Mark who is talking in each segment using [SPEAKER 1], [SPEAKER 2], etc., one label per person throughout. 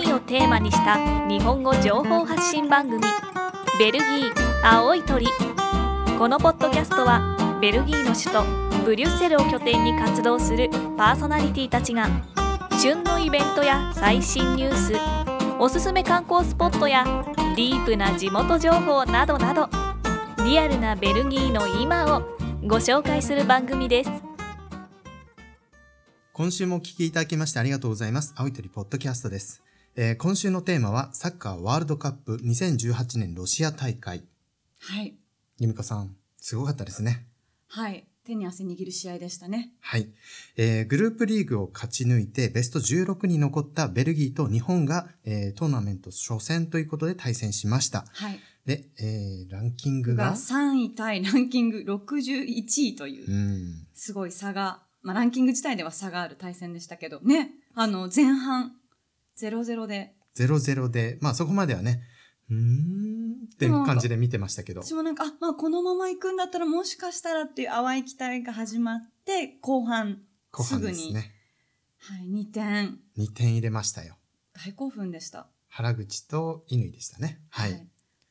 [SPEAKER 1] にした日本語情報発信番組「ベルギー青い鳥」このポッドキャストはベルギーの首都ブリュッセルを拠点に活動するパーソナリティたちが旬のイベントや最新ニュースおすすめ観光スポットやディープな地元情報などなどリアルなベルギーの今をご紹介する番組です。
[SPEAKER 2] 今週もお聞きいただきましてありがとうございます。青い鳥ポッドキャストです。えー今週のテーマはサッカーワールドカップ2018年ロシア大会。
[SPEAKER 3] はい、
[SPEAKER 2] 由美子さん、すごかったですね。
[SPEAKER 3] はい、手に汗握る試合でしたね。
[SPEAKER 2] はい、えーグループリーグを勝ち抜いてベスト16に残ったベルギーと日本が、えートーナメント初戦ということで対戦しました。
[SPEAKER 3] はい、
[SPEAKER 2] で、えーランキング
[SPEAKER 3] が
[SPEAKER 2] が、
[SPEAKER 3] 3位対ランキング61位というう、
[SPEAKER 2] ん、
[SPEAKER 3] すごい差が、まあ、ランキング自体では差がある対戦でしたけど、ね、あの、前半、0-0で、
[SPEAKER 2] 0-0で、まあそこまではね、うーんって感じで見てましたけど。
[SPEAKER 3] 私もなんか、あ、まあ、このまま行くんだったらもしかしたらっていう淡い期待が始まって、後半、
[SPEAKER 2] 後半です
[SPEAKER 3] すぐに
[SPEAKER 2] ね。
[SPEAKER 3] はい、2点、
[SPEAKER 2] 2点入れましたよ。
[SPEAKER 3] 大興奮でした。
[SPEAKER 2] 原口と乾でしたね。はい。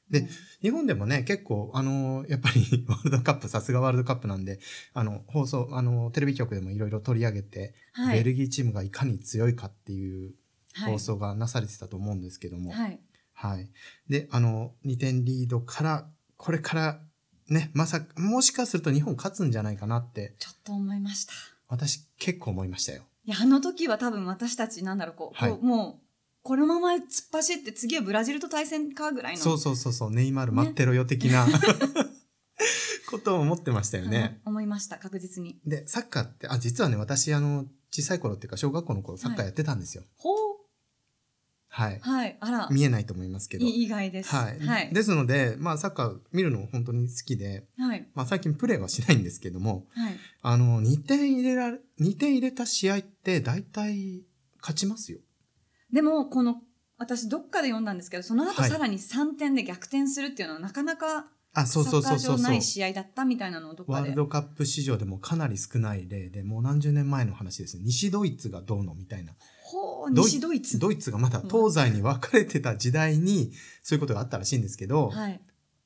[SPEAKER 2] で日本でもね、結構、あのーやっぱり ワールドカップ、さすがワールドカップなんで、あの、放送、あのーテレビ局でもいろいろ取り上げて、
[SPEAKER 3] はい、
[SPEAKER 2] ベルギーチームがいかに強いかっていう
[SPEAKER 3] はい
[SPEAKER 2] 放送がなされてたと思うんですけども、
[SPEAKER 3] はい、
[SPEAKER 2] はい。で、あの、2点リードから、これから、ね、まさか、もしかすると日本勝つんじゃないかなって、
[SPEAKER 3] ちょっと思いました。
[SPEAKER 2] 私結構思いましたよ。
[SPEAKER 3] いや、あの時は多分私たち、なんだろう、こう、
[SPEAKER 2] はい
[SPEAKER 3] こうもう、このまま突っ走って次はブラジルと対戦かぐらいの。
[SPEAKER 2] そうそうそうそう、ネイマール待ってろよ的 な、 ことを思ってましたよね。
[SPEAKER 3] うん思いました、確実に。
[SPEAKER 2] で、サッカーって、あ、実はね、私、あの、小さい頃っていうか、小学校の頃、サッカーやってたんですよ。
[SPEAKER 3] ほう。
[SPEAKER 2] はい。
[SPEAKER 3] はい、あら、
[SPEAKER 2] 見えないと思いますけど。
[SPEAKER 3] いい意外です。
[SPEAKER 2] はい、
[SPEAKER 3] はい。
[SPEAKER 2] ですので、まあ、サッカー見るの本当に好きで、
[SPEAKER 3] はい。
[SPEAKER 2] まあ、最近プレーはしないんですけども、
[SPEAKER 3] はい。
[SPEAKER 2] あの、2点入れられ、2点入れた試合って、大体、勝ちますよ。
[SPEAKER 3] でも、この、私、どっかで読んだんですけど、その後
[SPEAKER 2] はい
[SPEAKER 3] さらに3点で逆転するっていうのは、なかなか、
[SPEAKER 2] あ、
[SPEAKER 3] サ
[SPEAKER 2] そうそう
[SPEAKER 3] ッカ
[SPEAKER 2] そう
[SPEAKER 3] ー
[SPEAKER 2] そう
[SPEAKER 3] 上
[SPEAKER 2] そ
[SPEAKER 3] な
[SPEAKER 2] う
[SPEAKER 3] い。試合だったみたいなのをどっ
[SPEAKER 2] ワ
[SPEAKER 3] か
[SPEAKER 2] ール
[SPEAKER 3] で。
[SPEAKER 2] ドカップ史上でもかなり少ない例で、もう何十年前の話ですね。西ドイツがどうのみたいな。
[SPEAKER 3] ほう、西ドイツ。
[SPEAKER 2] ドイツがまだ東西に分かれてた時代に、そういうことがあったらしいんですけど、
[SPEAKER 3] はい。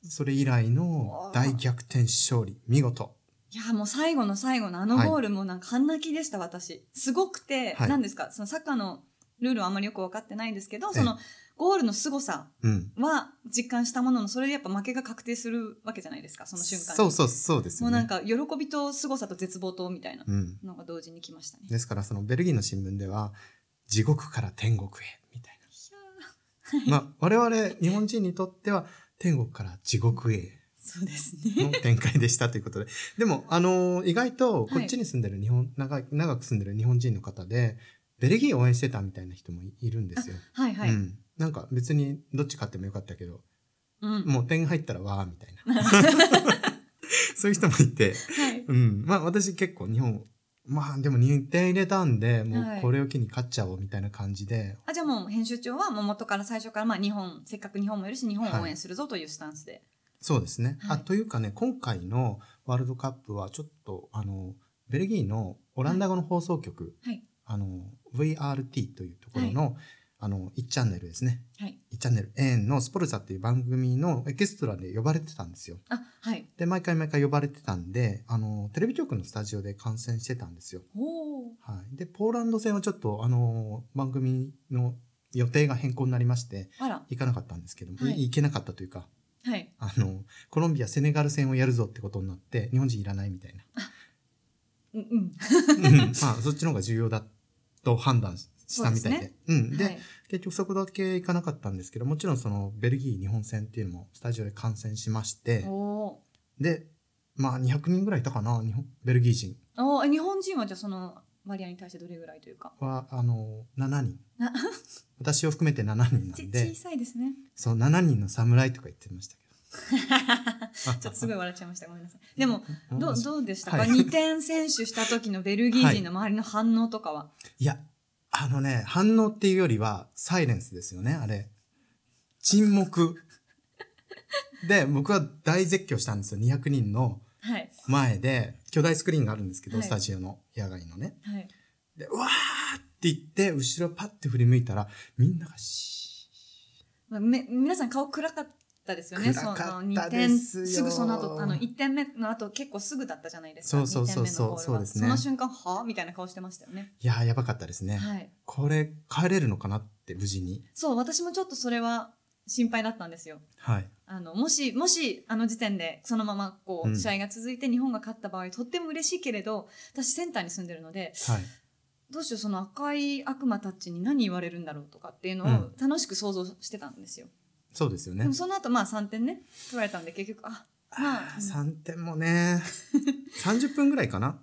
[SPEAKER 2] それ以来の大逆転勝利、見事。
[SPEAKER 3] いや、もう最後の最後のあのゴールもなんか半泣きでした、私。すごくて、
[SPEAKER 2] はい
[SPEAKER 3] 何ですか、そのサッカーのルールはあんまりよく分かってないんですけど、
[SPEAKER 2] え
[SPEAKER 3] そのゴールの凄さ
[SPEAKER 2] うん。
[SPEAKER 3] は実感したものの、それでやっぱ負けが確定するわけじゃないですか、その瞬間に。
[SPEAKER 2] そうそうそうです
[SPEAKER 3] も
[SPEAKER 2] よ
[SPEAKER 3] う
[SPEAKER 2] ね。
[SPEAKER 3] なんか、喜びと凄さと絶望とみたいな
[SPEAKER 2] うん。
[SPEAKER 3] のが同時に来ましたね。いや
[SPEAKER 2] ですから、そのベルギーの新聞では、地獄から天国へ、みたい
[SPEAKER 3] ー
[SPEAKER 2] な。まあ、我々日本人にとっては、天国から地獄へ
[SPEAKER 3] そうです
[SPEAKER 2] の
[SPEAKER 3] ね。
[SPEAKER 2] 展開でしたということで。でも、あのー意外と、こっちに住んでる日本、長い長く住んでる日本人の方で、ベルギーを応援してたみたいな人もいいるんですよ。
[SPEAKER 3] はいはい。
[SPEAKER 2] う
[SPEAKER 3] うん。
[SPEAKER 2] ん。なんか別にどっち勝ってもよかったけど、もう点入ったらわーみたい な。そういう人もいて、
[SPEAKER 3] はい。
[SPEAKER 2] うん。まあ私結構日本、まあでも2点入れたんで、もうこれを機に勝っちゃおうみたいな感じで、
[SPEAKER 3] あじゃあもう編集長はもう元から最初からまあ日本せっかく日本もいるし日本を応援するぞというスタンスで、
[SPEAKER 2] そうですね。
[SPEAKER 3] は
[SPEAKER 2] あ、
[SPEAKER 3] い
[SPEAKER 2] というかね、今回のワールドカップはちょっと、あの、ベルギーのオランダ語の放送局、
[SPEAKER 3] はい
[SPEAKER 2] あの、VRT というところの、あの、1チャンネルですね。
[SPEAKER 3] はい
[SPEAKER 2] 1チャンネル、エーンのスポルサっていう番組のエキストラで呼ばれてたんですよ。
[SPEAKER 3] あはい
[SPEAKER 2] で、毎回毎回呼ばれてたんで、あの、テレビ局のスタジオで観戦してたんですよ。
[SPEAKER 3] おー
[SPEAKER 2] はい。で、ポーランド戦はちょっと、あの、番組の予定が変更になりまして、
[SPEAKER 3] あら
[SPEAKER 2] 行かなかったんですけども、
[SPEAKER 3] はい
[SPEAKER 2] い行けなかったというか、
[SPEAKER 3] はい
[SPEAKER 2] あの、コロンビア、セネガル戦をやるぞってことになって、日本人いらないみたい な。
[SPEAKER 3] うんうん
[SPEAKER 2] うんまあ、そっちの方が重要だと判断したみたいで。うん。で、
[SPEAKER 3] はい、
[SPEAKER 2] 結局そこだけ行かなかったんですけど、もちろんその、ベルギー日本戦っていうのもスタジオで観戦しまして、
[SPEAKER 3] お
[SPEAKER 2] で、まあ、200人ぐらいいたかな、日本、ベルギー人。
[SPEAKER 3] ーおー日本人はじゃあその割合に対してどれぐらいというか
[SPEAKER 2] は、あの、7人
[SPEAKER 3] な。
[SPEAKER 2] 私を含めて7人な
[SPEAKER 3] ち
[SPEAKER 2] ん
[SPEAKER 3] 小
[SPEAKER 2] で、
[SPEAKER 3] さいですね
[SPEAKER 2] そう、7人の侍とか言ってましたけど。
[SPEAKER 3] ちょっとすごい笑っちゃいましたごめんなさいでも
[SPEAKER 2] うん
[SPEAKER 3] どうどうでしたか、
[SPEAKER 2] はい
[SPEAKER 3] 二2点選手した時のベルギー人の周りの反応とかは、
[SPEAKER 2] いや、あのね、反応っていうよりは、サイレンスですよね、あれ。沈 黙。で、僕は大絶叫したんですよ、200人の
[SPEAKER 3] はい
[SPEAKER 2] 前で、巨大スクリーンがあるんですけど、
[SPEAKER 3] はい
[SPEAKER 2] スタジオの、野外のね。
[SPEAKER 3] はい
[SPEAKER 2] で、うわーって言って、後ろパッて振り向いたら、みんながシー
[SPEAKER 3] まあめ皆さん顔暗かったですよね。
[SPEAKER 2] 暗かった
[SPEAKER 3] その2点
[SPEAKER 2] ですよ
[SPEAKER 3] すぐその後あの1点目の後結構すぐだったじゃないですか。
[SPEAKER 2] そうそうそうそう
[SPEAKER 3] 二点目のゴールは
[SPEAKER 2] そうですね
[SPEAKER 3] その瞬間はみたいな顔してましたよね。
[SPEAKER 2] いやー、やばかったですね。
[SPEAKER 3] はい。
[SPEAKER 2] これ、帰れるのかなって、無事に。
[SPEAKER 3] そう私もちょっとそれは心配だったんですよ。
[SPEAKER 2] はい。
[SPEAKER 3] あのもしもしあの時点でそのままこ
[SPEAKER 2] う
[SPEAKER 3] うん試合が続いて日本が勝った場合とっても嬉しいけれど私センターに住んでるので
[SPEAKER 2] はい。
[SPEAKER 3] どうしようその赤い悪魔たちに何言われるんだろうとかっていうの
[SPEAKER 2] う
[SPEAKER 3] を
[SPEAKER 2] ん
[SPEAKER 3] 楽しく想像してたんですよ。
[SPEAKER 2] そうですよ
[SPEAKER 3] で
[SPEAKER 2] ね
[SPEAKER 3] も。その後まあ3点ね取られたんで結局あまあ
[SPEAKER 2] 3点も ね、30分ぐらいかな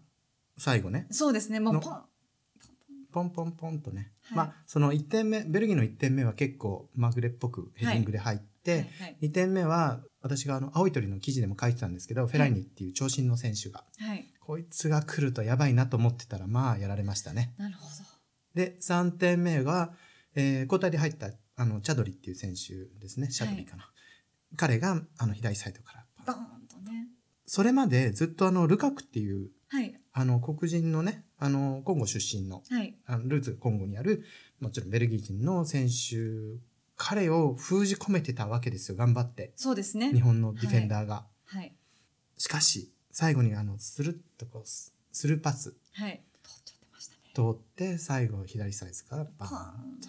[SPEAKER 2] 最後ね。
[SPEAKER 3] そうですねもう
[SPEAKER 2] の
[SPEAKER 3] ポン
[SPEAKER 2] ポンポンポンとね。
[SPEAKER 3] はい
[SPEAKER 2] まあ、その1点目、ベルギーの1点目は結構まぐれっぽくヘディングで入って、
[SPEAKER 3] はいはい
[SPEAKER 2] 2点目は私があの青い鳥の記事でも書いてたんですけど、フェライニっていう長身の選手が、
[SPEAKER 3] はい、
[SPEAKER 2] こいつが来るとやばいなと思ってたら、まあやられましたね。
[SPEAKER 3] なるほ
[SPEAKER 2] で、3点目が、えー交代で入ったあのチャドリっていう選手ですね、シャドリかな。彼があの左サイドから。
[SPEAKER 3] どバーンとね
[SPEAKER 2] それまでずっとあのルカクっていう
[SPEAKER 3] はい
[SPEAKER 2] あの黒人のねあのコンゴ出身の
[SPEAKER 3] はい
[SPEAKER 2] あのルーツがコンゴにあるもちろんベルギー人の選手彼を封じ込めてたわけですよ頑張って
[SPEAKER 3] そうで
[SPEAKER 2] 日
[SPEAKER 3] すね
[SPEAKER 2] 本のディフェンダーが、
[SPEAKER 3] はい
[SPEAKER 2] しかし最後にあのスルッとこうススルーパス
[SPEAKER 3] はい取っちゃってましたね
[SPEAKER 2] 通って最後左サイズからバーンと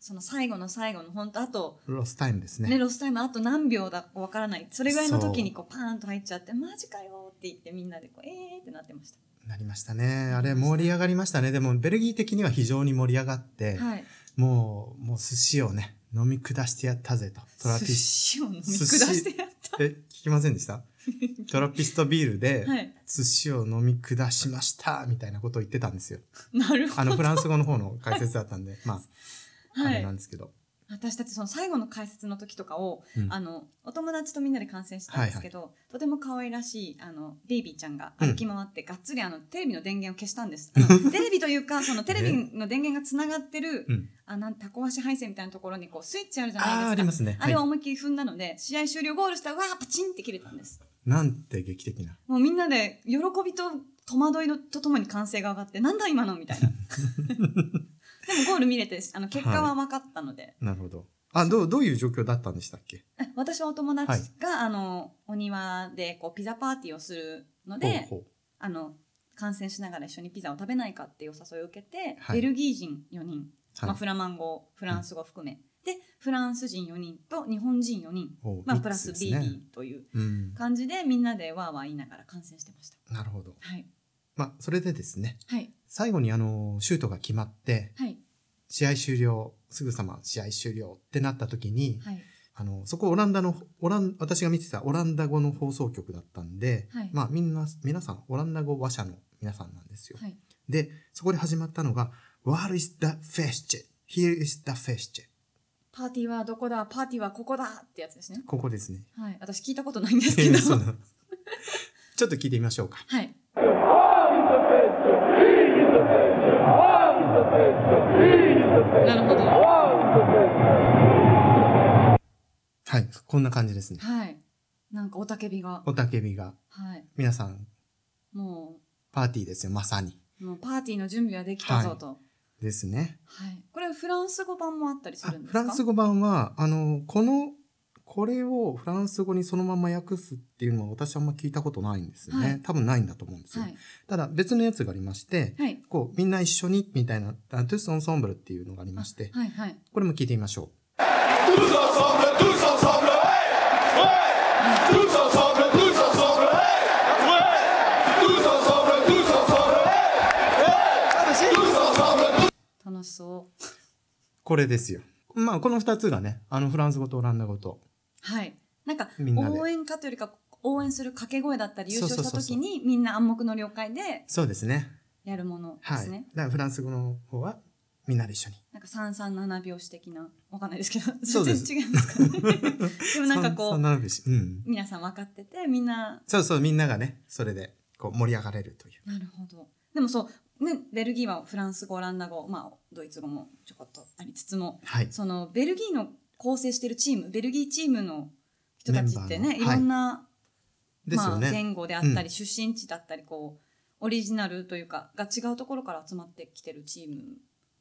[SPEAKER 3] その最後の最後の本当あと
[SPEAKER 2] ロスタイムですね
[SPEAKER 3] ねロスタイムあと何秒だかわからないそれぐらいの時にこうパーンと入っちゃってマジかよって言ってみんなでこうえーってなってまし
[SPEAKER 2] なりましたねあれ盛り上がりましたねでもベルギー的には非常に盛り上がって、
[SPEAKER 3] たはい
[SPEAKER 2] もうもう寿司をね飲み下してやったぜとトラピ
[SPEAKER 3] 寿
[SPEAKER 2] ス
[SPEAKER 3] 司を飲み下してやっ
[SPEAKER 2] え、聞きませんで したトラピストビールで
[SPEAKER 3] た、はい
[SPEAKER 2] 寿司を飲み下しました、みたいなことを言ってたんですよ。
[SPEAKER 3] なる ほ
[SPEAKER 2] あ
[SPEAKER 3] ど
[SPEAKER 2] の、フランス語の方の解説だったん で、まあ、あ
[SPEAKER 3] は
[SPEAKER 2] れないんですけど。
[SPEAKER 3] 私たちその最後の解説の時とかを
[SPEAKER 2] うん
[SPEAKER 3] あのお友達とみんなで観戦したんですけど、とても可愛らしいあのベイビーちゃんが歩き回って、がっつりあのテレビの電源を消した んです。あのテレビというかそのテレビの電源がつながってる、
[SPEAKER 2] うん
[SPEAKER 3] あなんタコ足配線みたいなところにこうスイッチあるじゃないです
[SPEAKER 2] あ
[SPEAKER 3] か。
[SPEAKER 2] あ、ありますね。
[SPEAKER 3] あれを
[SPEAKER 2] い。
[SPEAKER 3] 思いっきり踏んだので、試合終了ゴールしたらわーパチンって切れたんです。
[SPEAKER 2] なんて劇的な。
[SPEAKER 3] もうみんなで喜びと戸惑いのとともに歓声が上がって、なんだ今のみた いな。でもゴール見れて、あの結果は分かったので、
[SPEAKER 2] なるほど。あ、どう、どういう状況だったんでしたっけ
[SPEAKER 3] え私はお友達が、あのお庭でこうピザパーティーをするので
[SPEAKER 2] ほうほ
[SPEAKER 3] あの感染しながら一緒にピザを食べないかっていうお誘いを受けて、
[SPEAKER 2] はい
[SPEAKER 3] ベルギー人
[SPEAKER 2] う。
[SPEAKER 3] 4人、ま
[SPEAKER 2] は
[SPEAKER 3] あ、
[SPEAKER 2] い。
[SPEAKER 3] フラマン語フランス語含め、でフランス人4人と日本人4人、
[SPEAKER 2] ほう
[SPEAKER 3] まあ、
[SPEAKER 2] ミ
[SPEAKER 3] プ
[SPEAKER 2] ッ
[SPEAKER 3] ラ
[SPEAKER 2] ク
[SPEAKER 3] ス
[SPEAKER 2] です
[SPEAKER 3] BB という
[SPEAKER 2] うん。
[SPEAKER 3] 感じでみんなでわーわー言いながら観戦してました。
[SPEAKER 2] なるほど。
[SPEAKER 3] はい、
[SPEAKER 2] まあ、それでですね、
[SPEAKER 3] はい、
[SPEAKER 2] 最後にあの、シュートが決まって、
[SPEAKER 3] はい、
[SPEAKER 2] 試合終了、すぐさま試合終了ってなった時に、
[SPEAKER 3] はい、
[SPEAKER 2] あの、そこオランダの、オラン、私が見てたオランダ語の放送局だったんで、
[SPEAKER 3] はい
[SPEAKER 2] まあみんな、皆さん、オランダ語話者の皆さんなんですよ。
[SPEAKER 3] はい、
[SPEAKER 2] で、そこで始まったのが、What is the fest?Here is the fest.
[SPEAKER 3] パーティーはどこだパーティーはここだってやつですね。
[SPEAKER 2] ここですね。
[SPEAKER 3] はい、私聞いたことないんですけど。
[SPEAKER 2] そうなの ちょっと聞いてみましょうか。
[SPEAKER 3] はい、なるほど。
[SPEAKER 2] はい。こんな感じですね。
[SPEAKER 3] はい。なんか雄たけびが。
[SPEAKER 2] おたけびが、
[SPEAKER 3] はい。
[SPEAKER 2] 皆さん、
[SPEAKER 3] も
[SPEAKER 2] パーティーですよ、まさに。
[SPEAKER 3] う、もうパーティーの準備はできたぞと。
[SPEAKER 2] ですね。
[SPEAKER 3] はい。これフランス語版もあったりす
[SPEAKER 2] あ
[SPEAKER 3] るんで
[SPEAKER 2] フ
[SPEAKER 3] すか
[SPEAKER 2] ランス語版は、あの、この、これをフランス語にそのまま訳すっていうのは私あんま聞いたことないんですよね。
[SPEAKER 3] はい
[SPEAKER 2] 多分ないんだと思うんですよ。
[SPEAKER 3] はい。
[SPEAKER 2] ただ別のやつがありまして、
[SPEAKER 3] はい。
[SPEAKER 2] こう、みんな一緒にみたいな、あトゥース・オンソンブルっていうのがありまして、
[SPEAKER 3] はい。はい。
[SPEAKER 2] これも聞いてみましょ
[SPEAKER 4] Tous ensemble, tous ensemble, hey Ouais Tous ensemble, tous ensemble, hey Ouais Tous ensemble, tous ensemble, hey Ouais Tous ensemble, tous
[SPEAKER 3] 楽しそ
[SPEAKER 2] う。
[SPEAKER 3] う。
[SPEAKER 2] これですよ。まあ、この二つがね、あの、フランス語とオランダ語と。
[SPEAKER 3] はい。なんか、
[SPEAKER 2] みんなで
[SPEAKER 3] 応援歌というよりか、応援する掛け声だったり、優勝した
[SPEAKER 2] そうそうそうそ
[SPEAKER 3] 時
[SPEAKER 2] う
[SPEAKER 3] に、みんな暗黙の了解で
[SPEAKER 2] そうですね。
[SPEAKER 3] やるもので
[SPEAKER 2] は
[SPEAKER 3] す
[SPEAKER 2] い。
[SPEAKER 3] ね。
[SPEAKER 2] だからフランス語の方は、みんなで一緒に。
[SPEAKER 3] なんか三三七拍子的な、わかんないですけど、
[SPEAKER 2] そうです
[SPEAKER 3] 全然違いますかね。 でもなんかこ
[SPEAKER 2] そん
[SPEAKER 3] う、
[SPEAKER 2] なのしうん。
[SPEAKER 3] 皆さん分かってて、みんな
[SPEAKER 2] そうそう、みんながね、それで、こう、盛り上がれるという。
[SPEAKER 3] なるほど。でもそう、ね、ベルギーはフランス語、オランダ語、まあ、ドイツ語もちょこっとありつつも、
[SPEAKER 2] はい。
[SPEAKER 3] そのベルギーの構成しているチーム、ベルギーチームの人たちってね、
[SPEAKER 2] メン
[SPEAKER 3] い
[SPEAKER 2] バーの
[SPEAKER 3] ろんな、
[SPEAKER 2] ですよ
[SPEAKER 3] まあ、
[SPEAKER 2] ね。
[SPEAKER 3] 言語であったり、
[SPEAKER 2] うん
[SPEAKER 3] 出身地だったり、こう、オリジナルというか、が違うところから集まってきてるチーム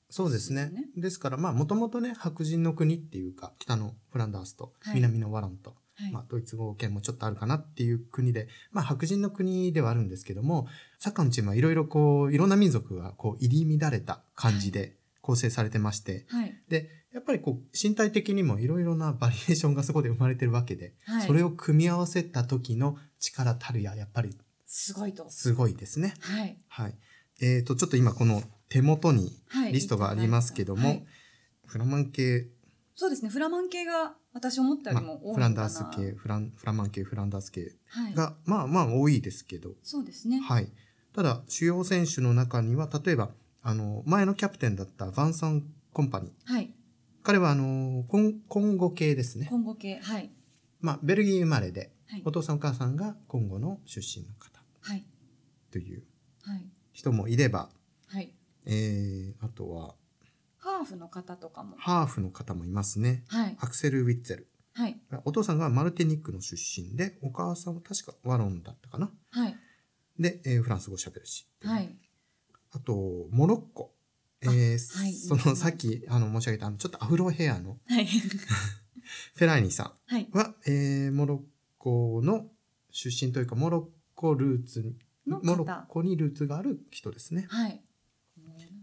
[SPEAKER 2] そうですね。
[SPEAKER 3] そうです
[SPEAKER 2] ですから、まあ、もともとね、白人の国っていうか、北のフランダースと
[SPEAKER 3] はい
[SPEAKER 2] 南のワロンと、
[SPEAKER 3] はい
[SPEAKER 2] まあ、ドイツ語圏もちょっとあるかなっていう国で、まあ、白人の国ではあるんですけども、サッカーのチームはいろいろこう、いろんな民族がこう、入り乱れた感じで構成されてまして、
[SPEAKER 3] はい
[SPEAKER 2] で、やっぱりこう、身体的にもいろいろなバリエーションがそこで生まれてるわけで、
[SPEAKER 3] はい
[SPEAKER 2] それを組み合わせた時の力たるや、やっぱり
[SPEAKER 3] すごいと
[SPEAKER 2] すごいですね。
[SPEAKER 3] はい
[SPEAKER 2] はい。えっ、と、ちょっと今この手元に
[SPEAKER 3] はい
[SPEAKER 2] リストがありますけども、
[SPEAKER 3] はい
[SPEAKER 2] フラマン系、
[SPEAKER 3] そうですねフラマン系が私思ったよ
[SPEAKER 2] ま
[SPEAKER 3] りも
[SPEAKER 2] あ、
[SPEAKER 3] 多い
[SPEAKER 2] フランダース
[SPEAKER 3] のかな
[SPEAKER 2] 系、フラン、フラマン系、フランダース系
[SPEAKER 3] はい
[SPEAKER 2] が、まあまあ多いですけど、
[SPEAKER 3] そうですね
[SPEAKER 2] はい。ただ、主要選手の中には、例えば、あの、前のキャプテンだったヴァンサン・コンパニー。
[SPEAKER 3] はい
[SPEAKER 2] 彼は、あの、コン、コンゴ系ですね。
[SPEAKER 3] 今後系はい
[SPEAKER 2] まあ、ベルギー生まれで、
[SPEAKER 3] はい
[SPEAKER 2] お父さんお母さんがコンゴの出身の方
[SPEAKER 3] はい
[SPEAKER 2] という
[SPEAKER 3] はい
[SPEAKER 2] 人もいれば、
[SPEAKER 3] はい
[SPEAKER 2] えー、あとは、
[SPEAKER 3] ハーフの方とかも
[SPEAKER 2] ハーフの方もいますね。
[SPEAKER 3] はい
[SPEAKER 2] アクセル・ウィッツェル。
[SPEAKER 3] はい
[SPEAKER 2] お父さんがマルティニックの出身で、お母さんは確かワロンだったかな。
[SPEAKER 3] はい
[SPEAKER 2] で、えーフランス語喋るし。
[SPEAKER 3] はい
[SPEAKER 2] あと、モロッコ。えー
[SPEAKER 3] はい
[SPEAKER 2] そのさっきあの申し上げたあのちょっとアフロヘアの
[SPEAKER 3] はい
[SPEAKER 2] フェラーニさ
[SPEAKER 3] はい
[SPEAKER 2] んは、えーモロッコの出身というかモロッコルーツ
[SPEAKER 3] の方
[SPEAKER 2] モロッコにルーツがある人ですね。
[SPEAKER 3] はい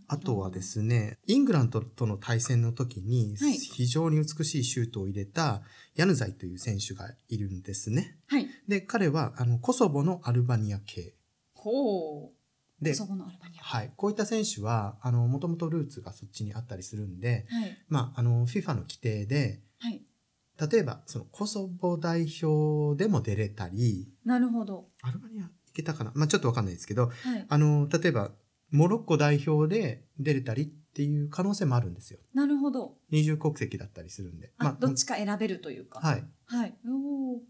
[SPEAKER 2] あとはですねイングランドとの対戦の時に
[SPEAKER 3] はい
[SPEAKER 2] 非常に美しいシュートを入れたヤヌザイという選手がいるんですね。
[SPEAKER 3] はい
[SPEAKER 2] で、彼は、あの、コソボのアルバニア系。
[SPEAKER 3] ほう
[SPEAKER 2] で
[SPEAKER 3] そ、このアルバニア
[SPEAKER 2] はい。こういった選手は、あの、もともとルーツがそっちにあったりするんで、
[SPEAKER 3] はい
[SPEAKER 2] まあ、あの、FIFA の規定で、
[SPEAKER 3] はい
[SPEAKER 2] 例えば、その、コソボ代表でも出れたり、
[SPEAKER 3] なるほど
[SPEAKER 2] アルバニア行けたかなまあ、ちょっとわかんないですけど、
[SPEAKER 3] はい
[SPEAKER 2] あの、例えば、モロッコ代表で出れたりっていう可能性もあるんですよ。
[SPEAKER 3] なるほど
[SPEAKER 2] 二重国籍だったりするんで。
[SPEAKER 3] あ、どっちか選べるというか
[SPEAKER 2] はい。
[SPEAKER 3] はいおお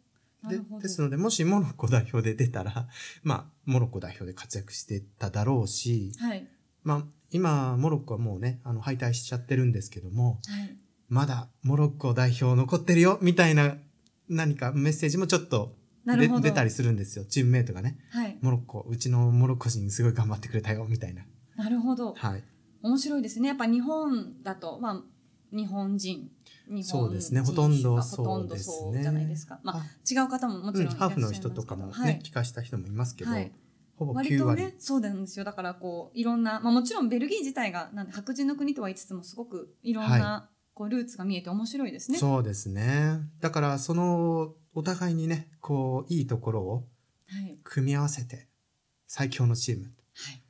[SPEAKER 3] な
[SPEAKER 2] で
[SPEAKER 3] るほど
[SPEAKER 2] ですので、もしモロッコ代表で出たら、まあ、モロッコ代表で活躍してただろうし、
[SPEAKER 3] はい
[SPEAKER 2] まあ、今、モロッコはもうね、あの、敗退しちゃってるんですけども、
[SPEAKER 3] はい
[SPEAKER 2] まだモロッコ代表残ってるよ、みたいな、何かメッセージもちょっと
[SPEAKER 3] な
[SPEAKER 2] で
[SPEAKER 3] るほど
[SPEAKER 2] 出たりするんですよ。チームメイトがね、
[SPEAKER 3] はい
[SPEAKER 2] モロッコ、うちのモロッコ人すごい頑張ってくれたよ、みたいな。
[SPEAKER 3] なるほど
[SPEAKER 2] はい。
[SPEAKER 3] 面白いですねやっぱ日本だとまあ日本人日本
[SPEAKER 2] そうですね
[SPEAKER 3] 人
[SPEAKER 2] ほとんど
[SPEAKER 3] が
[SPEAKER 2] そう
[SPEAKER 3] ほとんどそうじゃないですかま
[SPEAKER 2] あ
[SPEAKER 3] あ違う方ももち
[SPEAKER 2] うん、
[SPEAKER 3] ろんい
[SPEAKER 2] ハ
[SPEAKER 3] らっ
[SPEAKER 2] ー
[SPEAKER 3] しゃ
[SPEAKER 2] フ
[SPEAKER 3] い
[SPEAKER 2] の
[SPEAKER 3] ますけ
[SPEAKER 2] 人
[SPEAKER 3] ど
[SPEAKER 2] とかもね、
[SPEAKER 3] はい
[SPEAKER 2] 聞かした人もいますけど、
[SPEAKER 3] はい
[SPEAKER 2] ほぼ
[SPEAKER 3] 割
[SPEAKER 2] 9
[SPEAKER 3] と
[SPEAKER 2] 割。
[SPEAKER 3] ねそうなんですよだからこういろんな、まあ、もちろんベルギー自体がなんで白人の国とは言いつつもすごくいろんな、
[SPEAKER 2] は
[SPEAKER 3] こうルーツが見えて面白いですね。
[SPEAKER 2] そうですね。だから、その、お互いにね、こう、いいところを
[SPEAKER 3] はい
[SPEAKER 2] 組み合わせて、最強のチーム。
[SPEAKER 3] はい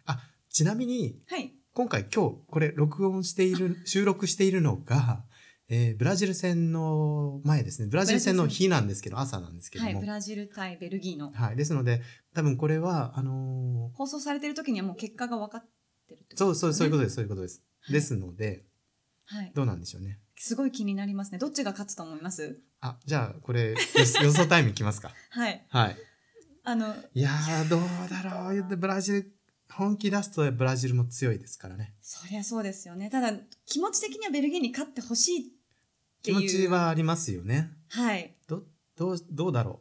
[SPEAKER 2] あ、ちなみに、
[SPEAKER 3] はい
[SPEAKER 2] 今回今日これ録音している、収録しているのが、えーブラジル戦の前ですね。ブラジル戦の日なんですけど、朝なんですけど
[SPEAKER 3] はい
[SPEAKER 2] も。
[SPEAKER 3] ブ
[SPEAKER 2] はい、
[SPEAKER 3] ラジル対ベルギーの
[SPEAKER 2] ですので、多分これは、あの
[SPEAKER 3] 放送されてる時にはもう結果が分かってるって
[SPEAKER 2] ーそうそう、そういうこととです、そういうことです。
[SPEAKER 3] はい
[SPEAKER 2] ですので、
[SPEAKER 3] と、はい、
[SPEAKER 2] どうなんでしょうね。
[SPEAKER 3] すごい気になりますねどっちが勝つと思います
[SPEAKER 2] あ、じゃあ、これ、よ 予想タイムいきますか。
[SPEAKER 3] はい
[SPEAKER 2] はい。
[SPEAKER 3] あの
[SPEAKER 2] いやー、どうだろう。ブラジル、本気出すとブラジルも強いですからね。
[SPEAKER 3] そりゃそうですよねただ気持ち的にはベルギーに勝ってほしいって
[SPEAKER 2] 気
[SPEAKER 3] いう
[SPEAKER 2] 持ちはありますよね。
[SPEAKER 3] はい
[SPEAKER 2] ど、どう、どうだろ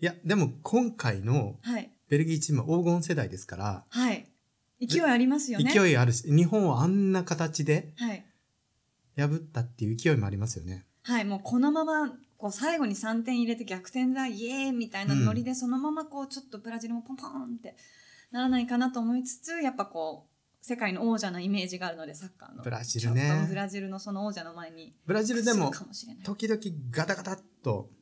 [SPEAKER 2] う。いや、でも今回の
[SPEAKER 3] はい
[SPEAKER 2] ベルギーチームは黄金世代ですから、
[SPEAKER 3] はい勢いありますよね
[SPEAKER 2] 勢いあるし、日本をあんな形で
[SPEAKER 3] はい
[SPEAKER 2] 破ったっていう勢いもありますよね。
[SPEAKER 3] はい、もうこのままこう最後に3点入れて逆転だイエーイみたいなノリでそのままこうちょっとブラジルもポンポンってならないかなと思いつつやっぱこう世界の王者のイメージがあるのでサッカーの
[SPEAKER 2] ブラジルね
[SPEAKER 3] ちょっとブラジルのその王者の前に
[SPEAKER 2] ブラジルでも
[SPEAKER 3] かもしれない
[SPEAKER 2] 時々ガタガタっと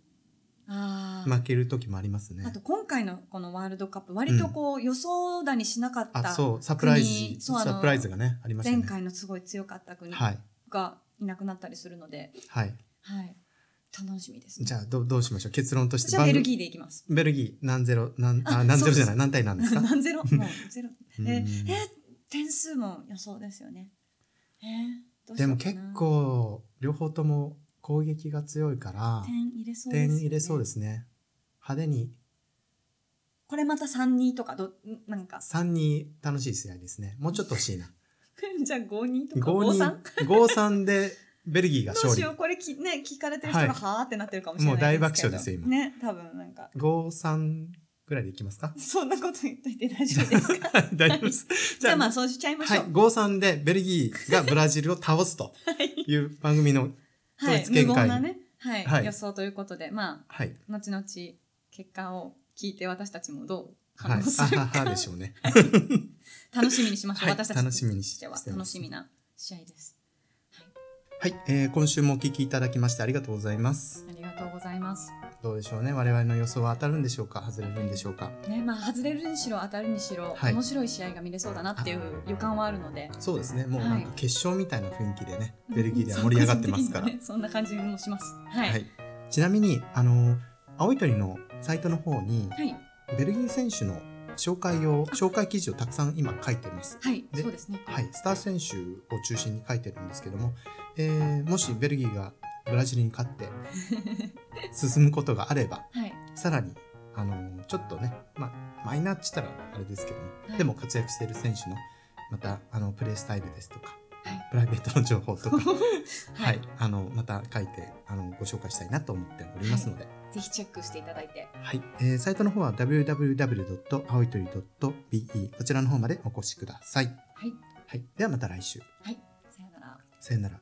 [SPEAKER 3] あー、
[SPEAKER 2] 負ける時もありますね
[SPEAKER 3] あ。と今回のこのワールドカップ割とこう予想だにしなかっ
[SPEAKER 2] あ、
[SPEAKER 3] た
[SPEAKER 2] そう、サプライ
[SPEAKER 3] 国
[SPEAKER 2] ズ、
[SPEAKER 3] そうあの
[SPEAKER 2] サプライズがね、ありましたね。
[SPEAKER 3] 前回のすごい強かった国
[SPEAKER 2] はい。
[SPEAKER 3] がいなくなったりするので、
[SPEAKER 2] はい。
[SPEAKER 3] はい、楽しみです、ね。
[SPEAKER 2] じゃあ、どう、どうしましょう。結論として
[SPEAKER 3] 私はベル
[SPEAKER 2] ー。
[SPEAKER 3] ギーでいきます。
[SPEAKER 2] ベルギー、何ゼロ、何、あ、
[SPEAKER 3] あ
[SPEAKER 2] 何ゼロじゃ
[SPEAKER 3] そ
[SPEAKER 2] な
[SPEAKER 3] う
[SPEAKER 2] い、何対何ですか
[SPEAKER 3] 何ゼロもうゼロ
[SPEAKER 2] うん
[SPEAKER 3] えーえー点数も予想ですよね。えーどうし
[SPEAKER 2] で
[SPEAKER 3] ようか
[SPEAKER 2] も
[SPEAKER 3] な
[SPEAKER 2] 結構、両方とも攻撃が強いから、
[SPEAKER 3] 点入れそうで
[SPEAKER 2] 点
[SPEAKER 3] す、ね。
[SPEAKER 2] 入れそうですね。派手に
[SPEAKER 3] これまた三二とかどなんか
[SPEAKER 2] 3に楽しい試合ですね。もうちょっと欲しいな。
[SPEAKER 3] じゃあ五二とか五
[SPEAKER 2] 5
[SPEAKER 3] 三。
[SPEAKER 2] 2 5 3でベルギーが
[SPEAKER 3] ど
[SPEAKER 2] 勝
[SPEAKER 3] うし
[SPEAKER 2] 利。
[SPEAKER 3] ようこれきね聞かれてる人が
[SPEAKER 2] はい
[SPEAKER 3] はーってなってるかもしれないです
[SPEAKER 2] もう大爆
[SPEAKER 3] けど。
[SPEAKER 2] 笑ですよ今
[SPEAKER 3] ね多分なんか
[SPEAKER 2] 5 3ぐらいでいきます か
[SPEAKER 3] そんなこと言っといて大丈 夫ですか
[SPEAKER 2] 大丈夫です。
[SPEAKER 3] じゃあまあそうしちゃいまし
[SPEAKER 2] はい、
[SPEAKER 3] ょう。
[SPEAKER 2] 5-3でベルギーがブラジルを倒すという番組の、
[SPEAKER 3] はい、
[SPEAKER 2] 統一
[SPEAKER 3] 無
[SPEAKER 2] 見解
[SPEAKER 3] 謀なね、はい
[SPEAKER 2] はい
[SPEAKER 3] 予想ということで、まあ
[SPEAKER 2] はい。
[SPEAKER 3] 後々結果を聞いて私たちもどう
[SPEAKER 2] は
[SPEAKER 3] 反
[SPEAKER 2] い
[SPEAKER 3] 応。す
[SPEAKER 2] あ
[SPEAKER 3] る
[SPEAKER 2] は
[SPEAKER 3] か、
[SPEAKER 2] はでしょうね。
[SPEAKER 3] 楽しみにしましょ
[SPEAKER 2] は
[SPEAKER 3] う。
[SPEAKER 2] い
[SPEAKER 3] 私たち
[SPEAKER 2] 楽しみにし
[SPEAKER 3] しては
[SPEAKER 2] してます
[SPEAKER 3] 楽しみな試合です。
[SPEAKER 2] はい、えー今週もお聞きいただきましてありがとうございます。
[SPEAKER 3] ありがとうございます。
[SPEAKER 2] どうでしょうね。我々の予想は当たるんでしょうか外れるんでしょうか
[SPEAKER 3] ね、まあ外れるにしろ当たるにしろ、
[SPEAKER 2] はい
[SPEAKER 3] 面白い試合が見れそうだなっていう予感はあるので、
[SPEAKER 2] そうですね。もうなん
[SPEAKER 3] は
[SPEAKER 2] か
[SPEAKER 3] い
[SPEAKER 2] 決勝みたいな雰囲気でね、ベルギーでは盛り上がってますから。
[SPEAKER 3] 個人的にはね そんな感じもします。はい。
[SPEAKER 2] は
[SPEAKER 3] はい
[SPEAKER 2] い。ちなみに、あの、青い鳥のサイトの方に、
[SPEAKER 3] はい、
[SPEAKER 2] ベルギー選手の紹介を、紹介記事をたくさん今書いてます。で
[SPEAKER 3] そうですね。
[SPEAKER 2] はい、スター選手を中心に書いてるんですけども、えーもしベルギーがブラジルに勝って進むことがあれば
[SPEAKER 3] はい、
[SPEAKER 2] さらに、あのーちょっとね、まあ、マイナーって言ったらあれですけども、
[SPEAKER 3] はい
[SPEAKER 2] でも活躍している選手のまたあのプレースタイルですとか、
[SPEAKER 3] はい
[SPEAKER 2] プライベートの情報とか、
[SPEAKER 3] は
[SPEAKER 2] はいい、あのまた書いてあのご紹介したいなと思っておりますので、
[SPEAKER 3] ぜひチェックしていただいて、
[SPEAKER 2] はいえーサイトの方は www.aoitori.be こちらの方までお越しください。
[SPEAKER 3] はい、
[SPEAKER 2] はい、ではまた来週
[SPEAKER 3] はい、さよなら。
[SPEAKER 2] さよなら。